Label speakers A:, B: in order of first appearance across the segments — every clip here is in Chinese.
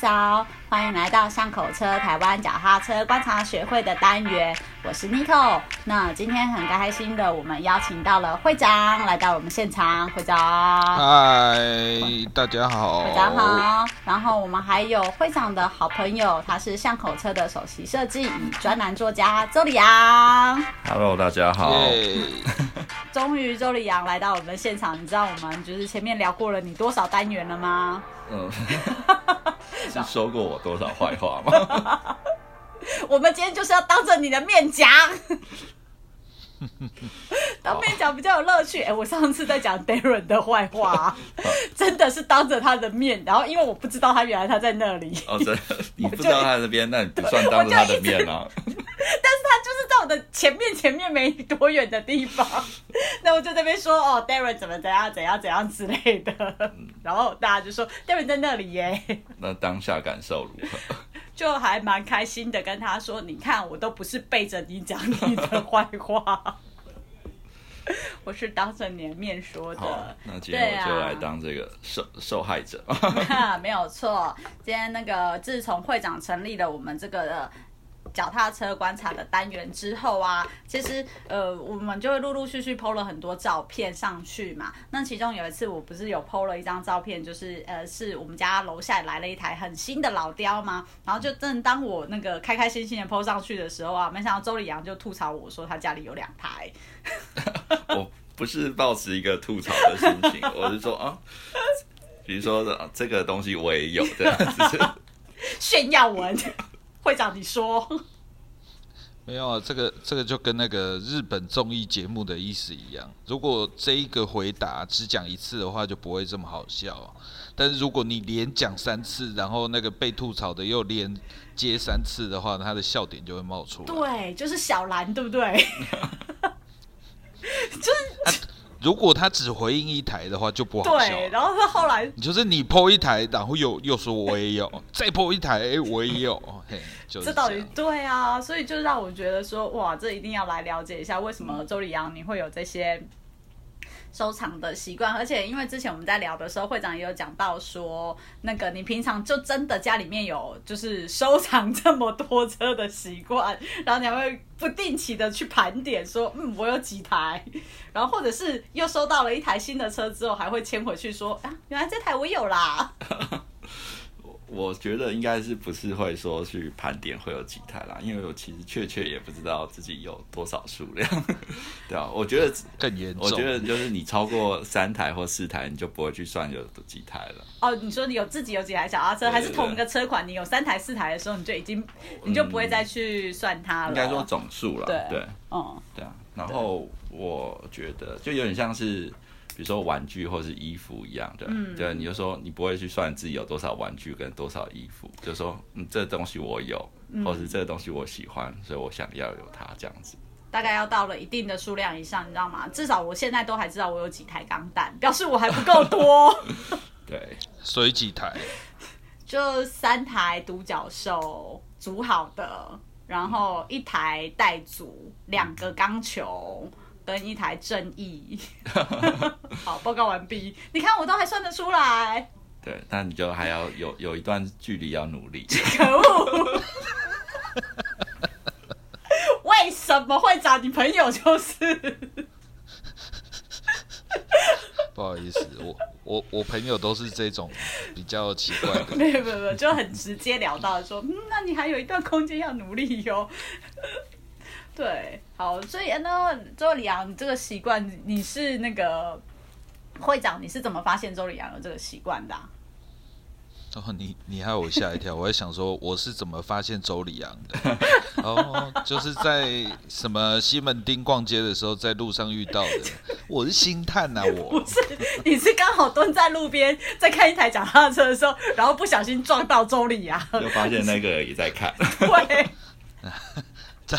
A: 早，欢迎来到巷口车台湾脚踏车观察学会的单元，我是 Nico。那今天很开心的，我们邀请到了会长来到我们现场，会
B: 啊
A: 长，
B: 嗨，大家好。
A: 会长。好。然后我们还有会长的好朋友，他是巷口车的首席设计与专栏作家周里阳。
C: Hello，大家好。
B: 耶，
A: 终于周里阳来到我们现场，你知道我们就是前面聊过了你多少单元了吗？
C: 嗯，是说过我多少坏话吗？
A: 我们今天就是要当着你的面讲。当面讲比较有乐趣。哎、我上次在讲 Darren 的坏话、啊，真的是当着他的面，然后因为我不知道他原来他在那里，
C: 哦，真的，你不知道他那边，那你不算当着他的面啊。
A: 但是他就是在我的前面前面没多远的地方， 那我就在那边说哦，Darren 怎么怎样怎样怎样之类的，然后大家就说 Darren 在那里耶，
C: 那当下感受如何？
A: 就还蛮开心的跟他说，你看我都不是背着你讲你的坏话。我是当着你的面说
C: 好
A: 的，，
C: 那今天我就
A: 对啊
C: 来当这个受受害者。
A: 哈， 没有错。今天那个自从会长成立了我们这个。呃脚踏车观察的单元之后啊，其实呃，我们就会陆陆续续 PO 了很多照片上去嘛。那其中有一次，我不是有 PO 了一张照片，就是呃，是我们家楼下来了一台很新的老雕嘛。然后就正当我那个开开心心的 PO 上去的时候啊，没想到周礼阳就吐槽我说他家里有两台，
C: 我不是抱持一个吐槽的心情，我是说啊，比如说啊这个东西我也有的，只是
A: 炫耀文。 会长，你说？
B: 没有啊，这个这个就跟那个日本综艺节目的意思一样。如果这一个回答只讲一次的话，就不会这么好笑啊、但是如果你连讲三次，然后那个被吐槽的又连接三次的话，他的笑点就会冒出来。
A: 对，就是小兰，对不对？
B: 如果他只回应一台的话，就不好笑
A: 对，
B: 了。
A: 然后他后来
B: 你就是你剖一台，然后又又说我也有，再剖一台，哎、我也有，嘿，就
A: 这
B: 是样
A: 到底对啊，所以就让我觉得说，哇，这一定要来了解一下，为什
B: 嗯
A: 么周礼阳你会有这些收藏的习惯？而且因为之前我们在聊的时候，会长也有讲到说，那个你平常就真的家里面有就是收藏这么多车的习惯，然后你还会不定期的去盘点说，嗯，我有几台，然后或者是又收到了一台新的车之后，还会牵回去说，啊，原来这台我有啦。
C: 我觉得应该是不是会说去盘点会有几台啦，因为我其实确切也不知道自己有多少数量， 对啊，我觉得
B: 更严重。
C: 我觉得就是你超过三台或四台，你就不会去算有几台了。
A: 哦，你说你有自己有几台脚踏车，
C: 对
A: 还是同一个车款？你有三台、四台的时候，你就已经你就不会再去算它了。
C: 应该说，总数啦，
A: 对
C: 对
A: 嗯，
C: 对啊。然后我觉得就有点像是，比如说玩具或是衣服一样的，对，你就说你不会去算自己有多少玩具跟多少衣服，就说嗯，这东西我有，或是这个东西我喜欢，所以我想要有它这样子。
A: 大概要到了一定的数量以上，你知道吗？至少我现在都还知道我有几台钢弹，表示我还不够多，
C: 对，
B: 水几台，
A: 就三台独角兽组好的，然后一台带组，两个钢球。跟一台正义， 好，报告完毕。你看我都还算得出来，
C: 对，那你就还要有有一段距离要努力。
A: 可恶！为什么会找你朋友就是？
B: 不好意思，我我我朋友都是这种比较奇怪 的。
A: 没有没有没有，就很直截了当地说，嗯，那你还有一段空间要努力哟。 对，好，所以呢，周里昂你这个习惯，你是那个会长，你是怎么发现周里昂有这个习惯的啊、
B: 然后哦你你害我吓一跳，我还想说我是怎么发现周里阳 的，哦，就是在什么西门町逛街的时候，在路上遇到的。我是星探呐、我
A: 不是，你是刚好蹲在路边在看一台脚踏车的时候，然后不小心撞到周里昂，
C: 就发现那个也在看，
A: 对。
B: 在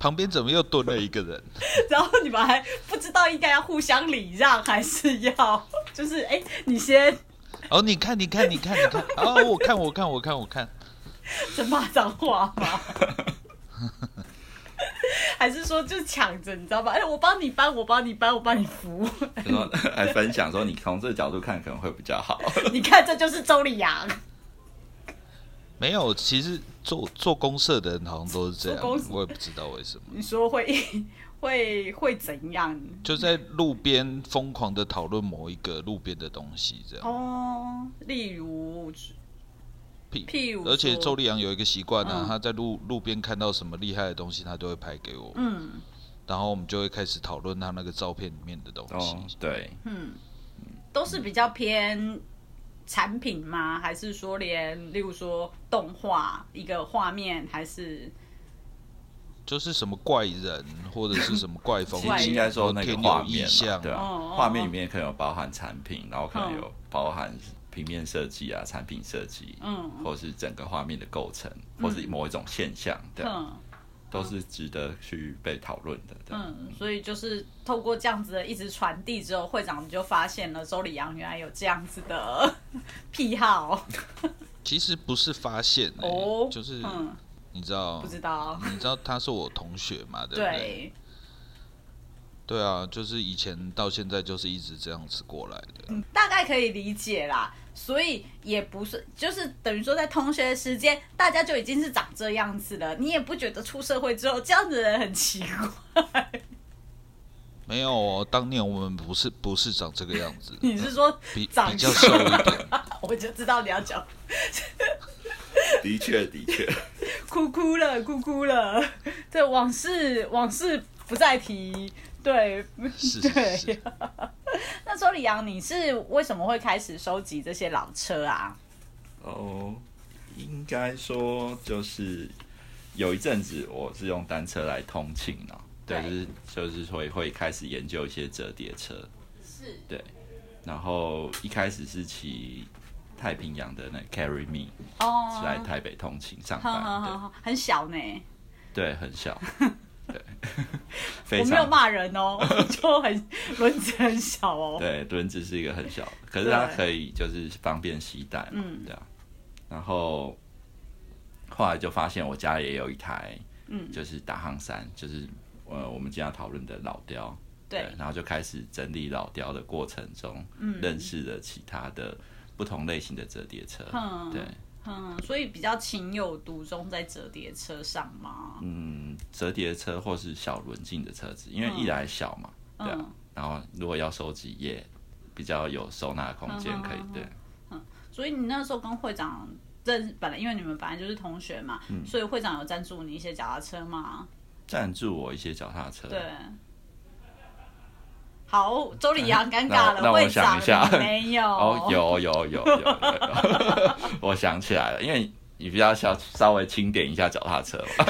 B: 旁边怎么又蹲了一个人？
A: 然后你们还不知道应该要互相礼让，还是要 就是哎、你先
B: 哦，你看你看你看你看，哦，我看我看我看我看，
A: 先骂脏话吗？ 还是说就抢着，你知道吧？哎、我帮你搬，我帮你搬，我帮你扶。
C: 就说还分享说你从这个角度看可能会比较好。
A: 你看，这就是周丽阳。
B: 没有，其实做做公社的人好像都是这样
A: 做公社，
B: 我也不知道为什么，
A: 你说会 会会怎样？
B: 就在路边疯狂的讨论某一个路边的东西这样。
A: 哦，例如，
B: 屁
A: 譬如说
B: 而且周丽阳有一个习惯啊
A: 嗯，
B: 他在路路边看到什么厉害的东西，他都会拍给我，
A: 嗯
B: 然后我们就会开始讨论他那个照片里面的东西。
C: 哦，对，
A: 嗯，都是比较偏产品吗？还是说连例如说动画一个画面，还是
B: 就是什么怪人或者是什么 怪风
C: 其
A: 怪人
C: 实
B: 景，
C: 应该说那
B: 天
C: 个
B: 有
C: 画
B: 异
C: 面嘛，
B: 象，
C: 对啊
A: 哦哦，
C: 画
A: 哦
C: 面里面可能有包含产品，然后可能
A: 嗯
C: 有包含平面设计啊、产品设计，
A: 嗯
C: 或是整个画面的构成，或是某一种现象，对啊，
A: 嗯
C: 都是值得去被讨论的。对啊，
A: 嗯，所以就是透过这样子的一直传递之后，会长就发现了周礼阳原来有这样子的癖好
B: 其实不是发现、欸，
A: 哦，
B: 就是
A: 嗯，
B: 你知道
A: 不，知道，
B: 你知道他是我同学 嘛，对不对？
A: 对，
B: 对啊，就是以前到现在就是一直这样子过来的。
A: 大概可以理解啦，所以也不是，就是等于说在同学的时间，大家就已经是长这样子了，你也不觉得出社会之后这样子的人很奇怪。，
B: 没有哦，当年我们不是不是长这个样子
A: 你是说
B: 比
A: 长
B: 比较瘦一点。
A: 我就知道你要讲，
C: 的确，的确，
A: 哭哭了，哭哭了， 对，往事往事不再提，对，
B: 是
A: 对
B: 是是，
A: 那周礼阳，你是为什么会开始收集这些老车啊？
C: 哦，应该说就是有一阵子我是用单车来通勤啊，对，
A: 对
C: 就是就是会会开始研究一些折叠车，
A: 是，
C: 然后一开始是骑太平洋的那 Carry Me
A: 哦，
C: 是来台北通勤上
A: 好好
C: 班
A: 好
C: 的，
A: 好，很小呢。
C: 对，很小，对，
A: 我
C: 非
A: 没有
C: 常
A: 骂人哦， 我就很轮子很小哦。
C: 对，轮子是一个很小，可是它
A: 对
C: 可以就是方便携带嘛，
A: 嗯
C: 对啊。然后后来就发现我家也有一台，
A: 嗯
C: 就是打航伞，就是呃我们今天要讨论的老雕，
A: 对，
C: 然后就开始整理老雕的过程中，
A: 嗯
C: 认识了其他的不同类型的折叠车，
A: 嗯
C: 对，
A: 嗯，所以比较情有独钟在折叠车上嘛。
C: 嗯，折叠车或是小轮径的车子，因为
A: 嗯
C: 一来小嘛，对啊，
A: 嗯，
C: 然后如果要收集也比较有收纳空间，可以
A: 嗯嗯嗯嗯
C: 对。
A: 所以你那时候跟会长认，本来因为你们本来就是同学嘛，
C: 嗯
A: 所以会长有赞助你一些脚踏车嘛。
C: 赞助我一些脚踏车，
A: 对。好，周礼阳尴尬
C: 那
A: 了，
C: 我
A: 会长
C: 想一下
A: 你没有？
C: 哦，有有有有有 有，我想起来了，因为你比较稍稍微清点一下脚踏车嘛，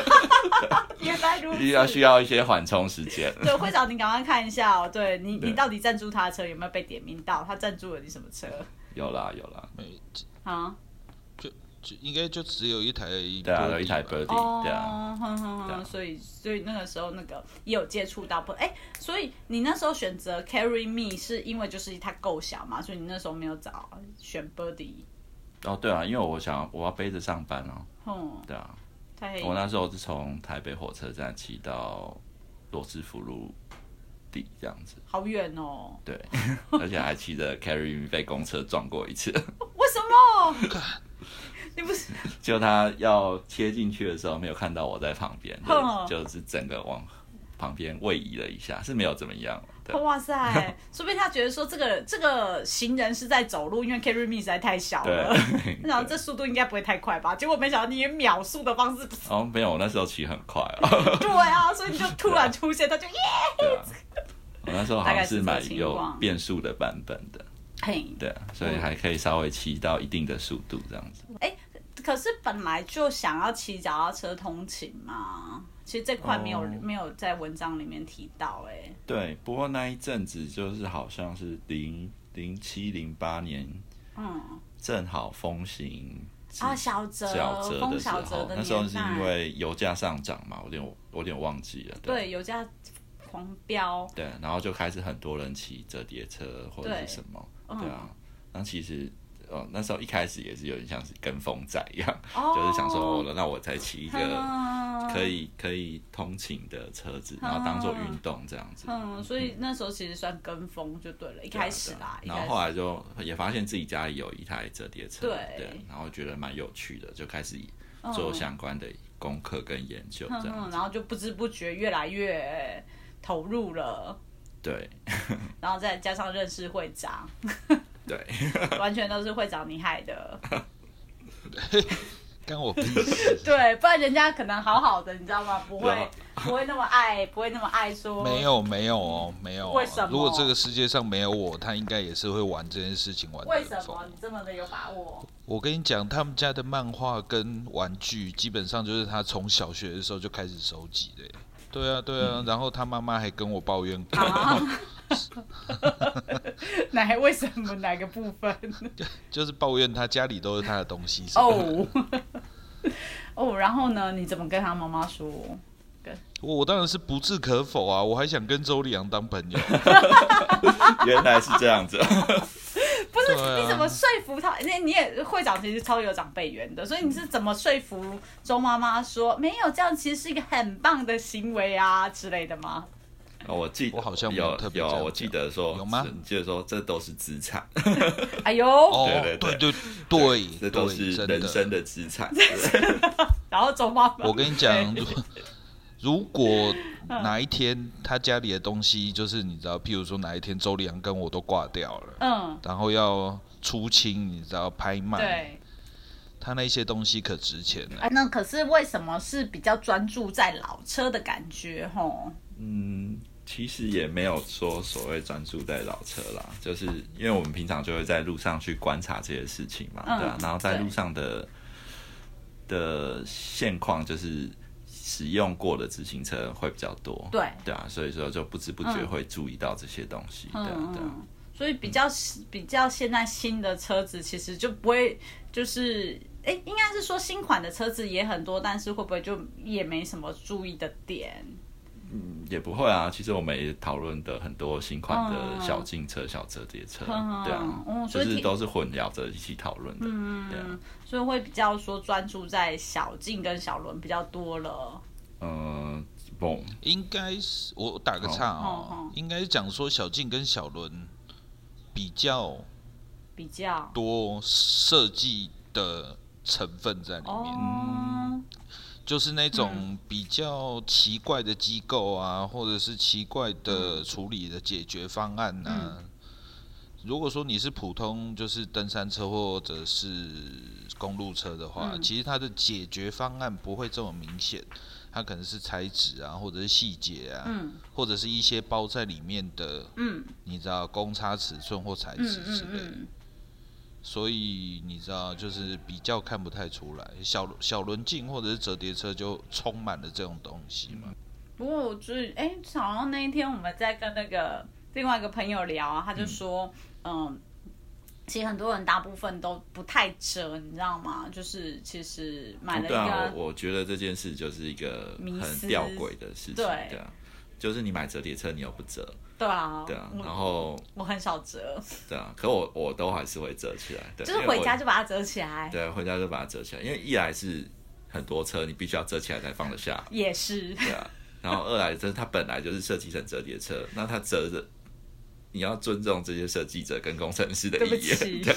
A: 原来如
C: 需要
A: 此。
C: 需要一些缓冲时间。
A: 对，会长，你赶快看一下哦。对你，你
C: 对
A: 到底赞助他的车有没有被点名到？他赞助了你什么车？
C: 有啦有啦，
B: 没
A: 啊，
B: 就应该就只有一台，
C: 对啊，有一台 Birdy，对
A: 哦，
C: 啊，
A: 哼哼
C: 对
A: 哼，
C: 啊
A: 所以所以那个时候那个也有接触到不，哎、所以你那时候选择 Carry Me 是因为就是它够小嘛，所以你那时候没有找选 Birdy，
C: 哦对啊，因为我想要我要背着上班哦，
A: 哼，
C: 对啊，
A: 太
C: 我那时候是从台北火车站骑到罗斯福路底这样子，
A: 好远 哦，
C: 对，而且还骑着 Carry Me 被公车撞过一次，
A: 为什么？你不 是
C: 就他要切进去的时候没有看到我在旁边，
A: 哼
C: 就就是整个往旁边位移了一下，是没有怎么样。对，
A: 哇 塞，说不定他觉得说这个这个行人是在走路，因为 Carry Me 实在太小了，
C: 对，
A: 然啊后这速度应该不会太快吧？结果没想到你以秒速的方式，
C: 哦没有，我那时候骑很快啊，
A: 对啊，所以你就突然出现，他就耶，
C: 对啊，我那时候好
A: 大概
C: 像
A: 是
C: 是买
A: 这个情
C: 有
A: 况
C: 变速的版本的，
A: 嘿，
C: 对啊，所以还可以稍微骑到一定的速度这样子。
A: 可是本来就想要骑脚踏车通勤嘛，其实这块没有、
C: 哦
A: 没有在文章里面提到、欸，
C: 对，不过那一阵子就是好像是零零七零八年
A: 嗯
C: 正好风行
A: 啊，小泽
C: 小折
A: 风
C: 的时
A: 小泽
C: 候，
A: 的
C: 那时候
A: 年
C: 是
A: 代，
C: 因为油价上涨嘛，我有点我有点忘记了。
A: 对油价狂飙，
C: 对，然后就开始很多人骑折叠车或者
A: 对
C: 是什么，
A: 嗯
C: 对啊。那其实哦，那时候一开始也是有点像是跟风仔一样，
A: 哦，
C: 就是想说，哦，那我再骑一个
A: 嗯
C: 可以可以通勤的车子，然后当做运动这样子。
A: 嗯，所以那时候其实算跟风就对了，一开始啦，一
C: 啊然
A: 开
C: 后
A: 始
C: 后来就也发现自己家里有一台折叠车，
A: 对
C: 然后觉得蛮有趣的，就开始做相关的功课跟研究这样
A: 嗯，
C: 子。
A: 然后就不知不觉越来越投入了，
C: 对
A: 然后再加上认识会长，
C: 对，
A: 完全都是会长你害的。。
B: 干我屁事
A: 对，不然人家可能好好的，你知道吗？不
C: 然后
A: 会不会那么爱，不会那么爱说。
B: 没有没有哦，没有哦、
A: 为什么
B: 如果这个世界上没有我，他应该也是会玩这件事情玩
A: 为
B: 的
A: 什
B: 很疯
A: 么。你这么的有把 握？
B: 我跟你讲，他们家的漫画跟玩具基本上就是他从小学的时候就开始收集的耶。对啊，对啊，然后他妈妈还跟我抱怨过，
A: 嗯啊？ 哪为什么哪个部分？
B: 就是抱怨他家里都是他的东西。哦，
A: 哦 哦，然后呢？你怎么跟他妈妈说？
B: 我我当然是不置可否啊，我还想跟周丽阳当朋 友。
C: 原来是这样子。
A: 不是、
B: 对啊
A: 你怎么说服他？那你也会长其实超有长辈缘的，所以你是怎么说服周妈妈说没有这样其实是一个很棒的行为啊之类的吗？
C: 哦我记
B: 我好像没有
C: 有
B: 特别
C: 有，
B: 这样
C: 我记得说
B: 讲有吗
C: 是记得说这都是资产，
A: 哎呦，
B: 哦，
C: 对对
B: 对对
C: 这
B: 对
C: 都
B: 对，
C: 是
B: 真
C: 人生的资产。 对
A: 然后周妈妈，
B: 我跟你讲，
A: 对
B: 如 如果哪一天他家里的东西，就是你知道，譬如说哪一天周丽阳跟我都挂掉了，
A: 嗯，
B: 然后要出清，你知道拍卖，
A: 对。
B: 他那些东西可值钱了、
A: 啊，那可是为什么是比较专注在老车的感觉吼？
C: 嗯，其实也没有说所谓专注在老车啦，就是因为我们平常就会在路上去观察这些事情嘛，
A: 嗯
C: 对啊，然后在
A: 对
C: 路上的的现况就是使用过的自行车会比较多，
A: 对，
C: 对啊，所以说就不知不觉
A: 嗯
C: 会注意到这些东西，对啊
A: 嗯，
C: 对啊。
A: 嗯，所以比较比较现在新的车子其实就不会就是。哎，应该是说新款的车子也很多，但是会不会就也没什么注意的点？
C: 也不会啊，其实我们也讨论的很多新
A: 嗯
C: 款的小进车、小折叠车，
A: 嗯
C: 对啊，
A: 嗯
C: 就
A: 所以嗯
C: 是
A: 挺
C: 都是混淆着一起讨论的，对啊，
A: 所以会比较说专注在小径跟小轮比较多了。
C: 嗯，嘣，
B: 应该是我打个岔哦，
A: 哦哦
B: 应该是讲说小静跟小伦比较
A: 比较
B: 多设计的成分在里面。
A: 哦，
B: 就是那
A: 嗯
B: 种比较奇怪的机构啊，或者是奇怪
A: 嗯
B: 的处理的解决方案啊。如果说你是普通就是登山车或者是公路车的话，
A: 嗯
B: 其实它的解决方案不会这么明显，它可能是材质啊，或者是细节啊，
A: 嗯
B: 或者是一些包在里面的，
A: 嗯
B: 你知道公差尺寸或材
A: 嗯
B: 质之
A: 嗯
B: 类的。
A: 嗯，
B: 所以你知道，就是比较看不太出来，小小轮径或者是折叠车就充满了这种东西嘛。
A: 不过我就是，哎、好像那一天我们在跟那个另外一个朋友聊啊，他就说，嗯。其实很多人大部分都不太折，你知道吗？就是其实买了一
C: 对啊，
A: 个，
C: 我我觉得这件事就是一个
A: 迷思
C: 很吊诡的事情，
A: 对
C: 对啊，就是你买折叠车你又不折，
A: 对啊，
C: 对啊，
A: 我
C: 然后
A: 我很少折，
C: 对啊，可我我都还是会折起来，对，啊
A: 就是
C: 因为
A: 回
C: 我
A: 家就把它折起来，
C: 对啊回家就把它折起来，因为一来是很多车你必须要折起来才放得下，
A: 也是，
C: 对啊，然后二来就是它本来就是设计成折叠车，那它折的。你要尊重这些设计者跟工程师 的
A: 对不
C: 意愿，
A: 起
C: 对，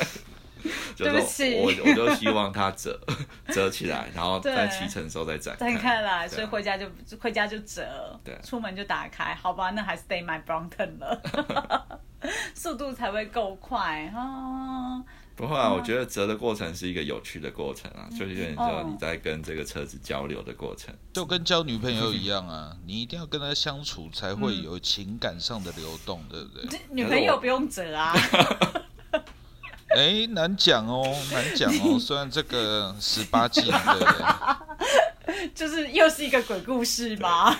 C: 就
A: 对不
C: 是
A: 起
C: 我我就希望它折 折起来，然后在
A: 对
C: 骑乘的时候再 展
A: 展开来，所
C: 对
A: 以
C: 啊
A: 回家就回家就折，
C: 对
A: 出门就打开，好吧，那还是得买 Brompton 了， 速度才会够快啊。
C: 不会啊，我觉得折的过程是一个有趣的过程啊，就是有
A: 嗯
C: 点像
A: 哦
C: 你在跟这个车子交流的过程。
B: 就跟交女朋友一样啊，你一定要跟她相处才会有情感上的流动，对不对？
A: 这女朋友不用折啊，
B: 哎，难讲哦，难讲哦。虽然这个十八禁，对不对？
A: 就是又是一个鬼故事吧？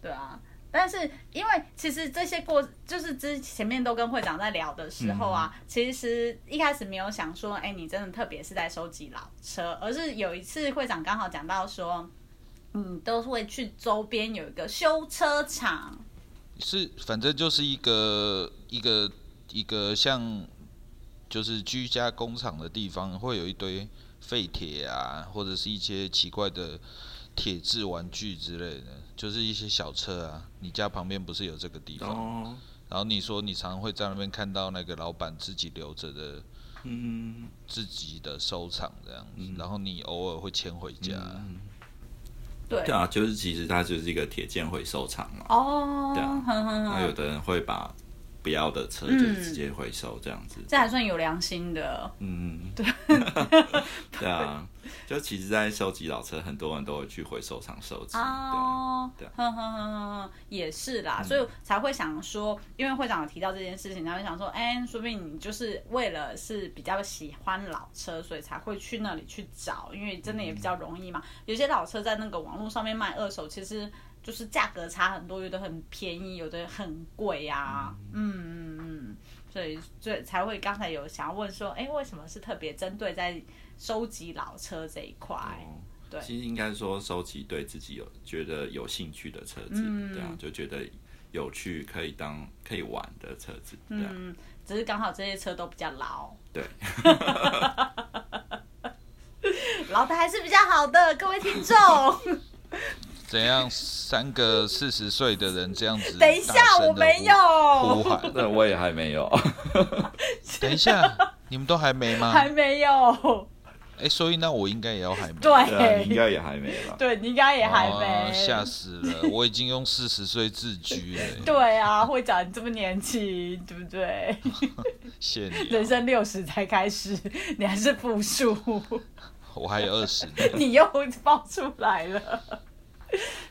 A: 对啊，但是因为其实这些过，就是之前面都跟会长在聊的时候啊，其实一开始没有想说，哎、你真的特别是在收集老车，而是有一次会长刚好讲到说。你都会去周边有一个修车厂，
B: 是，反正就是一个一个一个像就是居家工厂的地方，会有一堆废铁啊，或者是一些奇怪的铁制玩具之类的，就是一些小车啊。你家旁边不是有这个地方？
C: 哦，
B: 然后你说你常会在那边看到那个老板自己留着的
C: 嗯，
B: 自己的收藏这样子
C: 嗯，
B: 然后你偶尔会牵回家。
A: 对
C: 对啊，就是其实它就是一个铁件回收厂嘛。
A: 哦，
C: 对啊
A: 哼哼哼
C: 那有的人会把不要的车
A: 嗯
C: 就直接回收这样子。
A: 这还算有良心的，
C: 嗯，对，对啊，就其实，在收集老车，很多人都会去回收厂收集。对啊，
A: 哦，
C: 对啊嗯
A: 哼哼哼哼哼，也是啦，所以才会想说，因为会长有提到这件事情，才会想说，哎、说不定你就是为了是比较喜欢老车，所以才会去那里去找，因为真的也比
C: 嗯
A: 较容易嘛。有些老车在那个网络上面卖二手，其实就是价格差很多，有的很便宜，有的很贵呀、啊，嗯嗯嗯，所以所以才会刚才有想要问说，哎、为什么是特别针对在收集老车这一块？
C: 哦
A: 对
C: 其实应该说收集对自己有觉得有兴趣的车子，
A: 嗯
C: 对啊，就觉得有趣可以当可以玩的车子，对啊，
A: 嗯，只是刚好这些车都比较老。
C: 对。
A: 老的还是比较好的，各位听 众。
B: 怎样？三个四十岁的人这样子？
A: 等一下，我没。有，
B: 呼喊，
C: 那我也还没有，
B: 等 一下，你们都还没吗？
A: 还没有，
B: 哎、所以那我应该也要还没。
A: 对
C: 对啊，你应该也还没吧？
A: 对，你应该也还
B: 哦
A: 没。
B: 吓、死 了！我已经用四十岁自居了，
A: 对啊，会长你这么年轻，对不对？
B: 谢你
A: 人
B: 啊、
A: 生六十才开始，你还是负数，
B: 我还有二十年。
A: 你又爆出来了。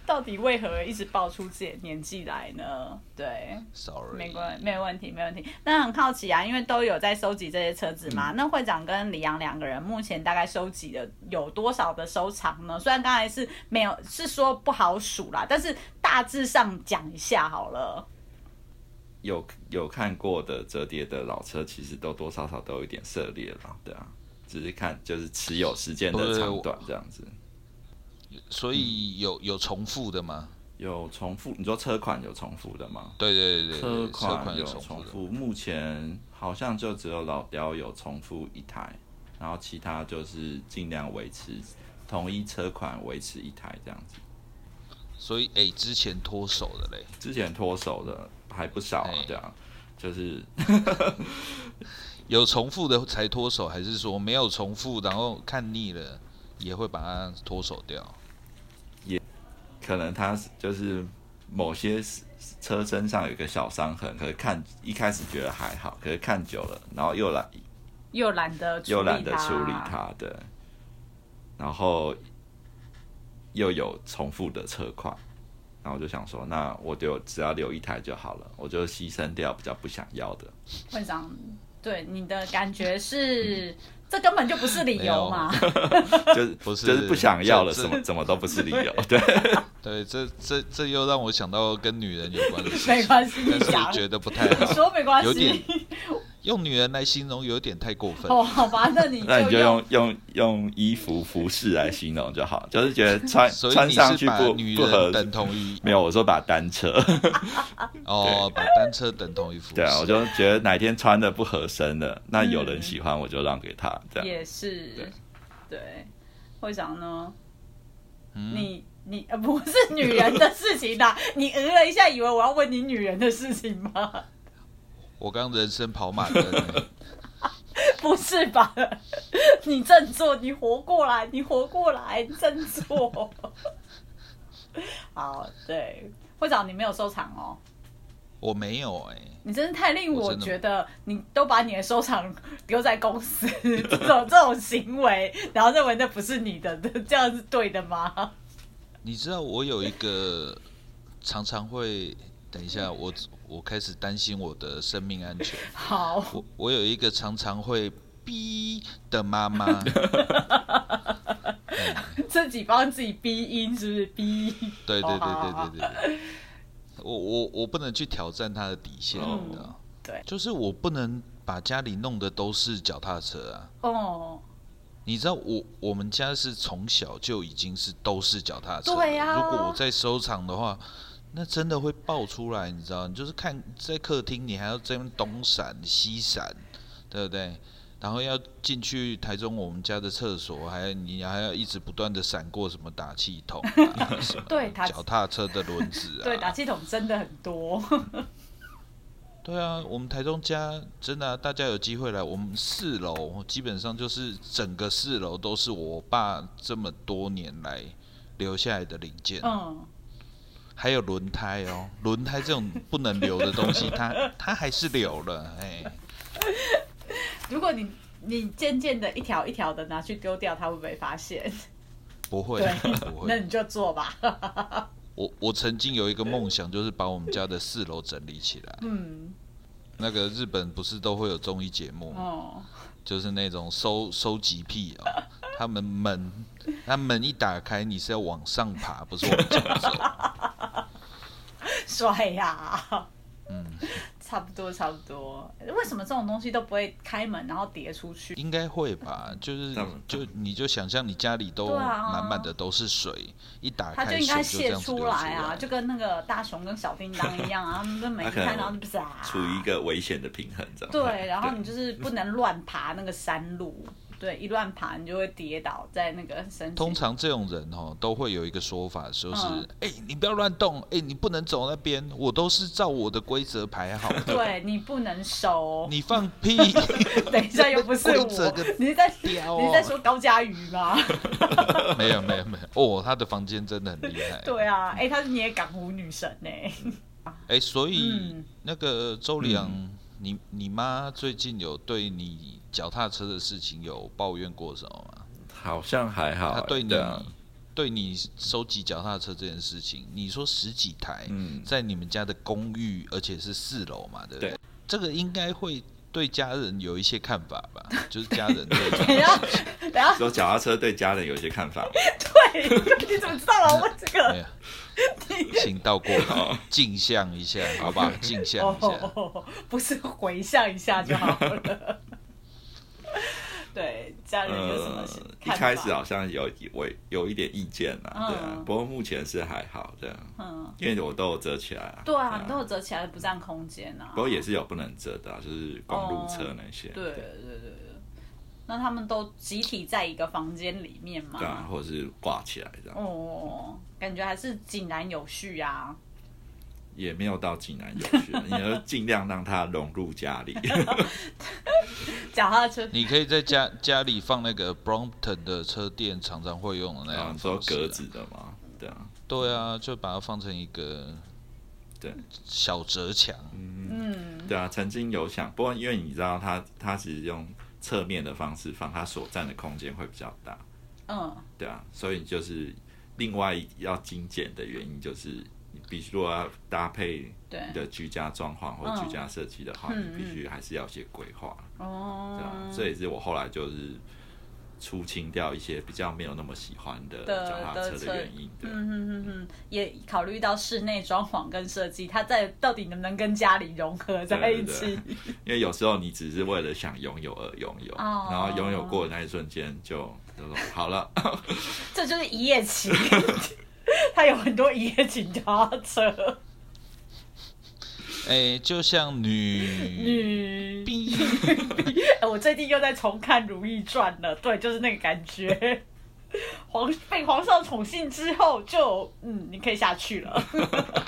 A: 到底为何一直爆出自己的年纪来呢？对，
B: Sorry，
A: 没关没问题，没问题。那很好奇啊，因为都有在收集这些车子嘛。那会长跟李阳两个人目前大概收集的有多少的收藏呢？虽然刚才是没有，是说不好数啦，但是大致上讲一下好了。
C: 有有看过的折叠的老车，其实都多少少都有一点涉猎了，对啊，只是看就是持有时间
B: 不
C: 的
B: 是
C: 长
B: 我
C: 短这样子。
B: 所以有有重复的吗？
C: 有重复，你说车款有重复的吗？
B: 对对对对
C: 车
B: 对，车
C: 款
B: 有
C: 有
B: 重
C: 重
B: 的。
C: 复，目前好像就只有老雕有重复一台，然后其他就是尽量维持同一车款维持一台这样子。
B: 所以哎、之前脱手的嘞，
C: 之前脱手的还不少啊
B: 哎，
C: 对啊，就是
B: 有重复的才脱手，还是说没有重复，然后看腻了也会把它脱手掉？
C: 可能他就是某些车身上有一个小伤痕，可是看一开始觉得还好，可是看久了，然后又懒
A: 又懒得
C: 又懒得处理，它的，然后又有重复的车款，然后我就想说，那我就只要留一台就好了，我就牺牲掉比较不想要的。
A: 会长，对你的感觉是，这根本就不是理由嘛。
C: 就是
B: 不是
C: 就是不想要了，
B: 这
C: 什么怎么都不是理由，对，
B: 对，这这这又让我想到跟女人有关的事
A: 没
B: 情，
A: 关系，你
B: 但
A: 讲
B: 是，觉得不太
A: 你
B: 好，
A: 说没关
B: 有点
A: 系。
B: 用女人来形容有点太过分。
A: 哦，好吧，那你
C: 那你就用用用衣服服饰来形容就好，就是觉得穿
B: 所以
C: 穿
B: 你
C: 上
B: 是
C: 去
B: 把
C: 不
B: 女
C: 不合
B: 人，等同于
C: 没有，我说把单车，
B: 哦，把单车等同于服饰。
C: 对啊，我就觉得哪天穿的不合身了，那有人喜欢我就让给他，这样。
A: 也是
C: 对，
A: 对，会长呢？
B: 嗯
A: 你你呃不是女人的事情啦， 你呃了一下，以为我要问你女人的事情吗？
B: 我刚人生跑马灯欸、
A: 不是吧？ 你振作，你活过来，你活过来，你振作。 好，对，会长你没有收藏哦，
B: 我没有哎、
A: 你真是太令
B: 我
A: 我
B: 真的
A: 觉得你都把你的收藏留在公司 这种这种行为，然后认为那不是你的，这样是对的吗？
B: 你知道我有一个常常会，等一下我我开始担心我的生命安全。
A: 好。
B: 我我有一个常常会逼的妈妈，
A: 自己帮自己逼音，是不是逼音？
B: 对对对
A: 哦好好好
B: 对对 对对，我我我不能去挑战她的底线，
C: 哦
B: 你知道？
A: 嗯对
B: 就是我不能把家里弄得都是脚踏车啊。
A: 哦，
B: 你知道我我们家是从小就已经是都是脚踏车了，
A: 对啊
B: 如果我在收藏的话，那真的会爆出来，你知道？你就是看在客厅，你还要这边东闪西闪，对不对？然后要进去台中我们家的厕所，还你还要一直不断的闪过什么打气筒、 啊、什么
A: 对打
B: 脚踏车的轮子啊，
A: 对，打气筒真的很多。
B: 对啊，我们台中家真的啊、大家有机会来，我们四楼基本上就是整个四楼都是我爸这么多年来留下来的零件，
A: 嗯，
B: 还有轮胎哦，轮胎这种不能留的东西， 它它还是留了，哎，
A: 如果你你渐渐的一条一条的拿去丢掉，他会不会发现？
B: 不会
A: 对
B: 不
A: 那
B: 会。
A: 你就做吧。
B: 我我曾经有一个梦想，就是把我们家的四楼整理起来。
A: 嗯，
B: 那个日本不是都会有综艺节目，
A: 哦，
B: 就是那种收收集癖啊、他们门，他门一打开，你是要往上爬，不是往下走。
A: 帅呀、
B: 嗯，
A: 差不多差不多。为什么这种东西都不会开门然后叠出去？
B: 应该会吧？就是
C: 那么
B: 就你就想象你家里都
A: 对啊
B: 满满的都是水，一打
A: 它就
B: 开
A: 应该
B: 水就这
A: 泄
B: 样子流
A: 出
B: 出
A: 来
B: 来
A: 啊，就跟那个大熊跟小叮当一样 啊，他们就每一
C: 它可能
A: 看然后就啪，
C: 处于一个危险的平衡状态。
A: 对，然后你就是不能乱爬那个山路，对，一乱爬你就会跌倒在那个山区。
B: 通常这种人哦，都会有一个说法，就是
A: 嗯
B: 哎、你不要乱动，哎、你不能走那边，我都是照我的规则排好 的。
A: 对你不能收，
B: 你放 屁！
A: 等一下又不是
B: 规则
A: 我
B: 个，
A: 你是在
B: 屌哦
A: 你是在说高佳瑜吗？
B: 没有没有没有哦，他的房间真的很厉害。
A: 对啊，哎、她是你也港湖女神呢、
B: 哎、所以、
A: 嗯
B: 那个周里昂，你你妈最近有对你脚踏车的事情有抱怨过什么吗？
C: 好像还好、
B: 她对你、
C: 啊，
B: 对你收集脚踏车这件事情，你说十几台，
C: 嗯，
B: 在你们家的公寓，而且是四楼嘛，对不对？
C: 对
B: 这个应该会对家人有一些看法吧？就是家人对你
A: 等一下，等一下，
C: 说脚踏车对家人有一些看法吗，
A: 对，你怎么知道了我这
B: 没
A: 个？
B: 有。请倒过来， 镜像一下，好吧，镜像
A: 哦
B: 一下。
A: 哦，哦不是回想一下就好了。对，家人有什么
C: 呃一
A: 看法？
C: 开始好啊像有一我有一点意见啊，对啊
A: 嗯，
C: 不过目前是还好的，
A: 嗯，
C: 因为我都有折起来啊，
A: 对啊，你都有折起来，不占空间啊。
C: 不过也是有不能折的、啊，就是公路车那些，
A: 哦对对对对对。那他们都集体在一个房间里面嘛？
C: 对啊，或者是挂起来这样，
A: 哦，感觉还是井然有序啊。
C: 也没有到井然有 序，你要尽量让它融入家里，
A: 脚踏车
B: 你可以在家家里放那个 Brompton 的车垫，常常会用的那
C: 然后
B: 样
C: 哦说
B: 方式啊
C: 格子的嘛，对啊，
B: 对啊，就把它放成一个
C: 对
B: 小折墙，
A: 嗯，
C: 对啊，曾经有想，不过因为你知道它它其实用侧面的方式放，它所占的空间会比较大，
A: 嗯，
C: 对啊，所以就是另外要精简的原因就是，你必须如果要搭配
A: 对
C: 你，的居家装潢或
A: 嗯
C: 居家设计的话，
A: 嗯
C: 你必须还是要有些规划，对啊
A: 哦，，
C: 这也是我后来就是出清掉一些比较没有那么喜欢的
A: 的
C: 脚踏车
A: 的车
C: 的原因，对啊，
A: 嗯哼哼哼，也考虑到室内装潢跟设计，它在到底能不能跟家里融合在一起？
C: 对因为有时候你只是为了想拥有而拥有，
A: 哦
C: 然后拥有过的那一瞬间就就说好了，
A: 这就是一夜 情，它有很多一夜情脚踏车。
B: 哎、就像女
A: 嗯，
B: 逼，
A: 哎我最近又在重看《如懿传》了，对，就是那个感觉。皇被皇上宠幸之后就，嗯，你可以下去了。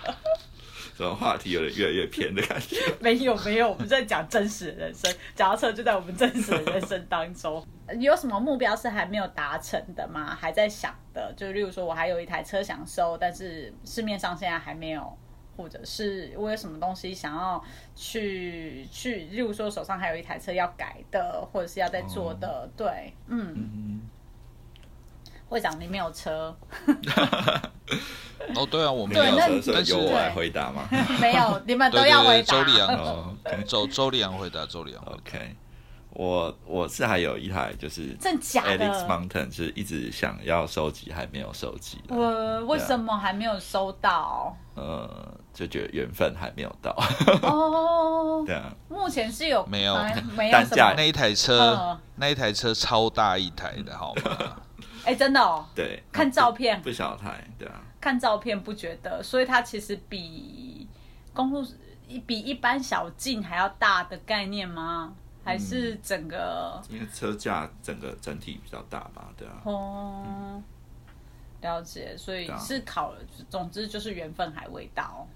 C: 这种话题有点越来越偏的感觉。
A: 没有没有，我们在讲真实的人生，脚踏车就在我们真实的人生当中。有什么目标是还没有达成的吗？还在想的，就例如说我还有一台车想收，但是市面上现在还没有，或者是我有什么东西想要去去，例如说手上还有一台车要改的，或者是要再做的，对，嗯。会长，你没有车？
B: 哦，对啊，我没
A: 对那
B: 有
A: 你，
C: 所
B: 但
C: 以
B: 是
C: 由我来
A: 对
C: 回答 吗？
A: 没 有，你们
B: 对
A: 都要
B: 对
A: 回
B: 对，
A: 答。嗯
B: 周丽阳，啊
C: 哦
B: 周周丽阳回答，周丽阳回答，
C: ，OK，我我是还有一台就是
A: 真假
C: Alex
A: 的？
C: Mountain 是一直想要收集还没有收集的，
A: 我为什么还没有收到？
C: 呃，就觉得缘分还没有到，
A: 哦，
C: 啊对啊，
A: 目前是有
B: 没有
A: 哎没有
C: 单
A: 什
C: 价
A: 么
B: 那一台车、
A: 嗯
B: 那一台车超大一台的好 吗？
A: 哎，真的哦，
C: 对，啊
A: 看照片
C: 不小台，对啊，
A: 看照片不觉得，所以它其实比公路比一般小径还要大的概念吗？还是整个？
C: 因为车架整个整体比较大吧，对啊。
A: 哦，了解，所以
C: 对啊
A: 是考，总之就是缘分还未到。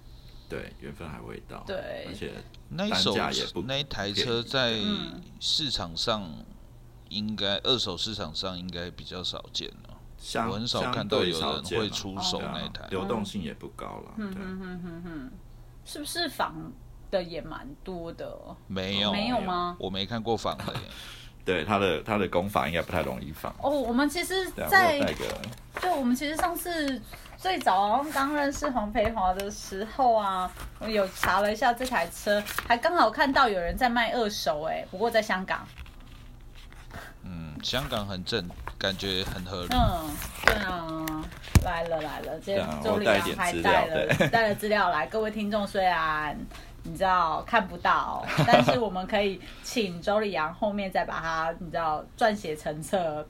C: 对，缘分还未到。
A: 对
C: 而且
B: 那一
C: 单
B: 手
C: 价也不
B: 那一台
C: 便宜
B: 车在
A: 嗯
B: 市场上应该二手市场上应该比较少见哦了，
C: 相
B: 我很少看到有人会出手
C: 手
B: 那一台。
C: 啊流动性也不高了。
A: 嗯
C: 对，啊
A: 是不是仿的也蛮多的？
B: 没有
A: 哦没
C: 啊
A: 有吗？
B: 我没看过仿的耶，
C: 对，它的它的功法应该不太容易放。
A: 哦，我们其实
C: 对啊，我
A: 在
C: 有带个
A: 就我们其实上次最早好像刚认识黄培华的时候啊，我有查了一下这台车，还刚好看到有人在卖二手、哎，不过在香港。
B: 嗯，香港很正，感觉很合理。
A: 嗯，对啊，来了来了，今天
C: 对啊
A: 周
C: 我
A: 丽
C: 带
A: 阳
C: 点
A: 还
C: 资
A: 带
C: 料
A: 了
C: 对
A: 带了资料来，各位听众虽然。你知道看不到，但是我们可以请周丽阳后面再把它，你知道撰写成册。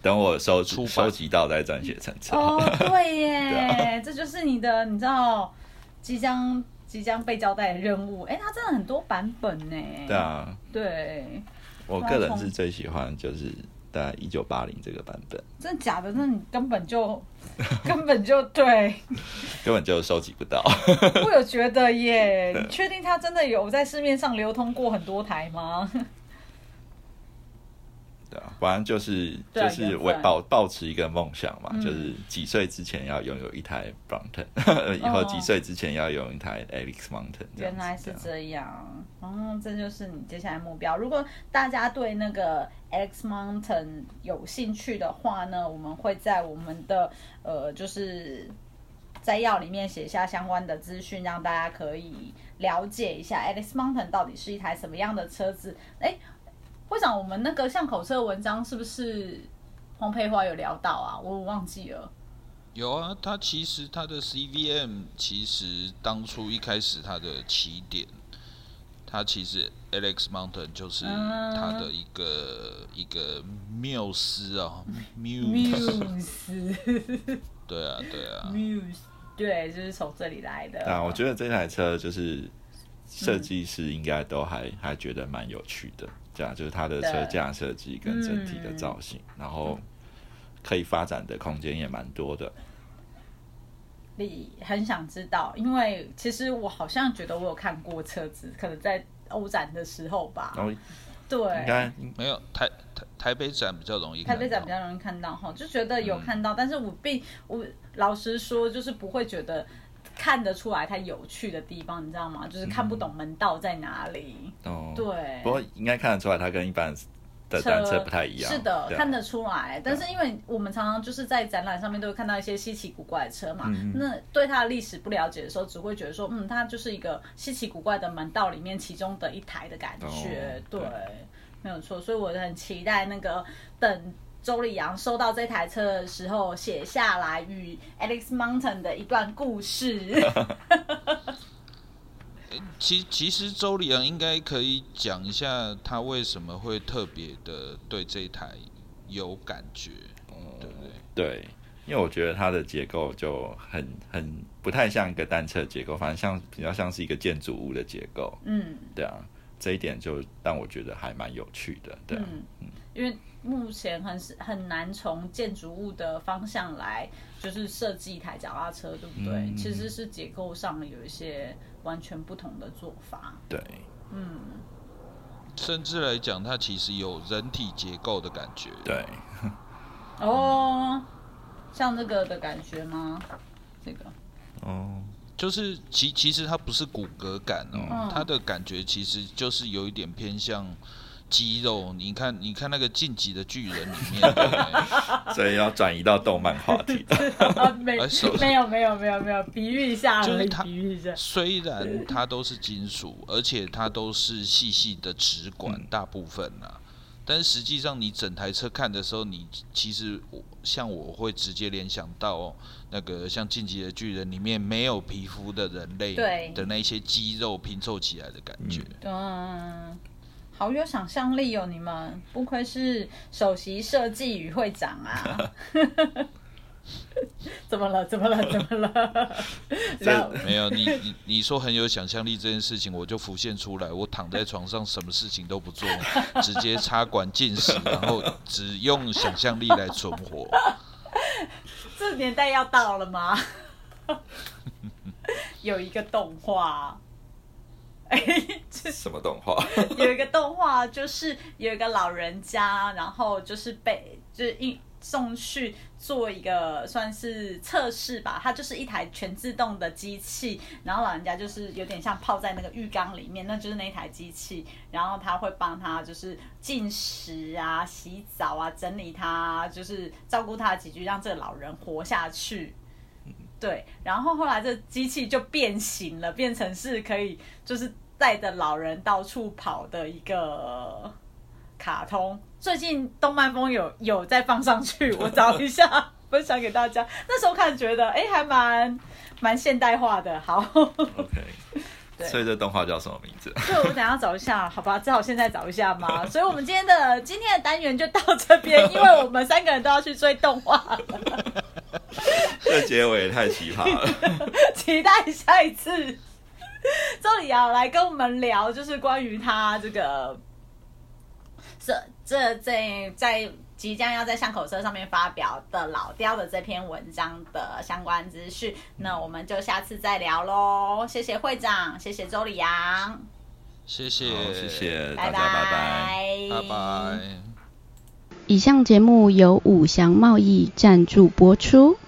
C: 等我收
B: 出版
C: 收集到再撰写成册。
A: 哦，对耶，
C: 对啊
A: 这就是你的，你知道即将即将被交代的任务。哎，它真的很多版本呢。
C: 对啊，
A: 对，
C: 我个人是最喜欢就是大概一九八零这个版本，
A: 真的假的？那你根本就 根本就对。
C: 根本就收集不到。
A: 我有觉得耶，你确定它真的有在市面上流通过很多台吗？
C: 对啊，反正就是
A: 对啊
C: 就
A: 缘
C: 是
A: 分
C: 我保保持一个梦想嘛，
A: 嗯
C: 就是几岁之前要拥有一台 Brompton，以 后几岁之前要拥有一台 Alex Mountain
A: 哦
C: 这样子。
A: 原来是
C: 对啊
A: 这样，哦，这就是你接下来目标。如果大家对那个 X Mountain 有兴趣的话呢，我们会在我们的呃，就是摘要里面写下相关的资讯，让大家可以了解一下 Alex Mountain 到底是一台什么样的车子。哎，会长，我们那个巷口车的文章是不是黄佩花有聊到啊？我忘记了。
B: 有啊，它其实它的 CVM 其实当初一开始它的起点，它其实 Alex Mountain 就是
A: 嗯
B: 它的一
A: 啊
B: 个、一个缪斯啊，muse，
A: Muse，Muse，
B: 对啊对啊，
A: 对，就是从这里来的。
C: 对啊，我觉得这台车就是设计师应该都还、还觉得蛮有趣的，这样就是它的
A: 对嗯
C: 车架设计跟整体的造型，然后可以发展的空间也蛮多的。
A: 你很想知道，因为其实我好像觉得我有看过车子，可能在欧展的时候吧。
C: 哦然后应
A: 对，
C: 该
B: 没有台台台北展比较容易
A: 台
B: 看
A: 北展
B: 到
A: 比。较容易看到哈，就觉得有看到，但是我并我老实说，就是不会觉得看得出来它有趣的地方，你知道吗？就是看不
C: 嗯
A: 懂门道在哪里。
C: 哦，
A: 对，
C: 不过应该看得出来，它跟一般的单车不太一样。
A: 是的，
C: 对啊
A: 看得出来。但是因为我们常常就是在展览上面都会看到一些稀奇古怪的车嘛，
C: 嗯
A: 那对它的历史不了解的时候，只会觉得说，嗯，它就是一个稀奇古怪的门道里面其中的一台的感觉。
C: 哦
A: 对，
C: 对
A: 没有错。所以我很期待那个等。周丽阳收到这台车的时候，写下来与 Alex Mountain 的一段故 事。
B: 其其实周礼阳应该可以讲一下他为什么会特别的对这一台有感觉，对不对？
C: 对，因为我觉得它的结构就很很不太像一个单车结构，反正像比较像是一个建筑物的结构。
A: 嗯，
C: 对啊，这一点就让我觉得还蛮有趣的。对啊，
A: 嗯，因为目前很是很难从建筑物的方向来，就是设计一台脚踏车，对不对？
C: 嗯
A: 其实是结构上有一些完全不同的做法。
C: 对，
B: 甚至来讲，它其实有人体结构的感觉。
C: 对，
B: 嗯
A: 哦，像这个的感觉吗？这 个，
C: 哦，
B: 就是其其实它不是骨骼感哦，
A: 嗯
B: 它的感觉其实就是有一点偏向肌肉。你看，你看那个晋级的巨人里面，对不 对
C: 所以要转移到动漫话题了。
A: 啊、没
B: 哎手
A: 没有没有没有没有，比喻一下
B: 就
A: 而
B: 是
A: 已，
B: 它
A: 比喻一下。
B: 虽然它都是金属，而且它都是细细的直
A: 嗯
B: 管，大部分啊。但实际上，你整台车看的时候，你其实我像我会直接联想到那个像《进击的巨人》里面没有皮肤的人类
A: 对
B: 的那些肌肉拼凑起来的感觉。
A: 嗯，好有想象力哦，你们不愧是首席设计与会长啊。 怎么了？怎么了？怎么了？然后
C: 这
B: 没有你你你说很有想象力这件事情，我就浮现出来。我躺在床上，什么事情都不做，直接插管进食，然后只用想象力来存活。
A: 这年代要到了吗？ 有一个动画， 哎、
C: 什么动画？
A: 有一个动画，就是有一个老人家，然后就是被就是一送去做一个算是测试吧，它就是一台全自动的机器，然后老人家就是有点像泡在那个浴缸里面，那就是那一台机器，然后他会帮他就是进食啊、洗澡啊、整理他啊，就是照顾他的几句，让这个老人活下去。嗯对，然后后来这机器就变形了，变成是可以就是带着老人到处跑的一个卡通。最近动漫风有有在放上去，我找一 下分享给大家。那时候看觉得哎还蛮蛮现代化的，好，
C: OK，
A: 对
C: 所以这动画叫什么名字？
A: 对我等一下找一下，好吧，只好现在找一下嘛。所以我们今天的今天的单元就到这边，因为我们三个人都要去追动画了。
C: 这结尾也太奇葩了。
A: 期待下一次周礼瑶来跟我们聊，就是关于他这个这这这在即将要在巷口车上面发表的老雕的这篇文章的相关资讯。那我们就下次再聊喽，谢谢会长，谢谢周礼阳，
B: 谢谢，
C: 好，谢，谢大
A: 拜
C: 家，拜拜。
B: 拜拜。
D: 以上节目由五祥贸易赞助播出。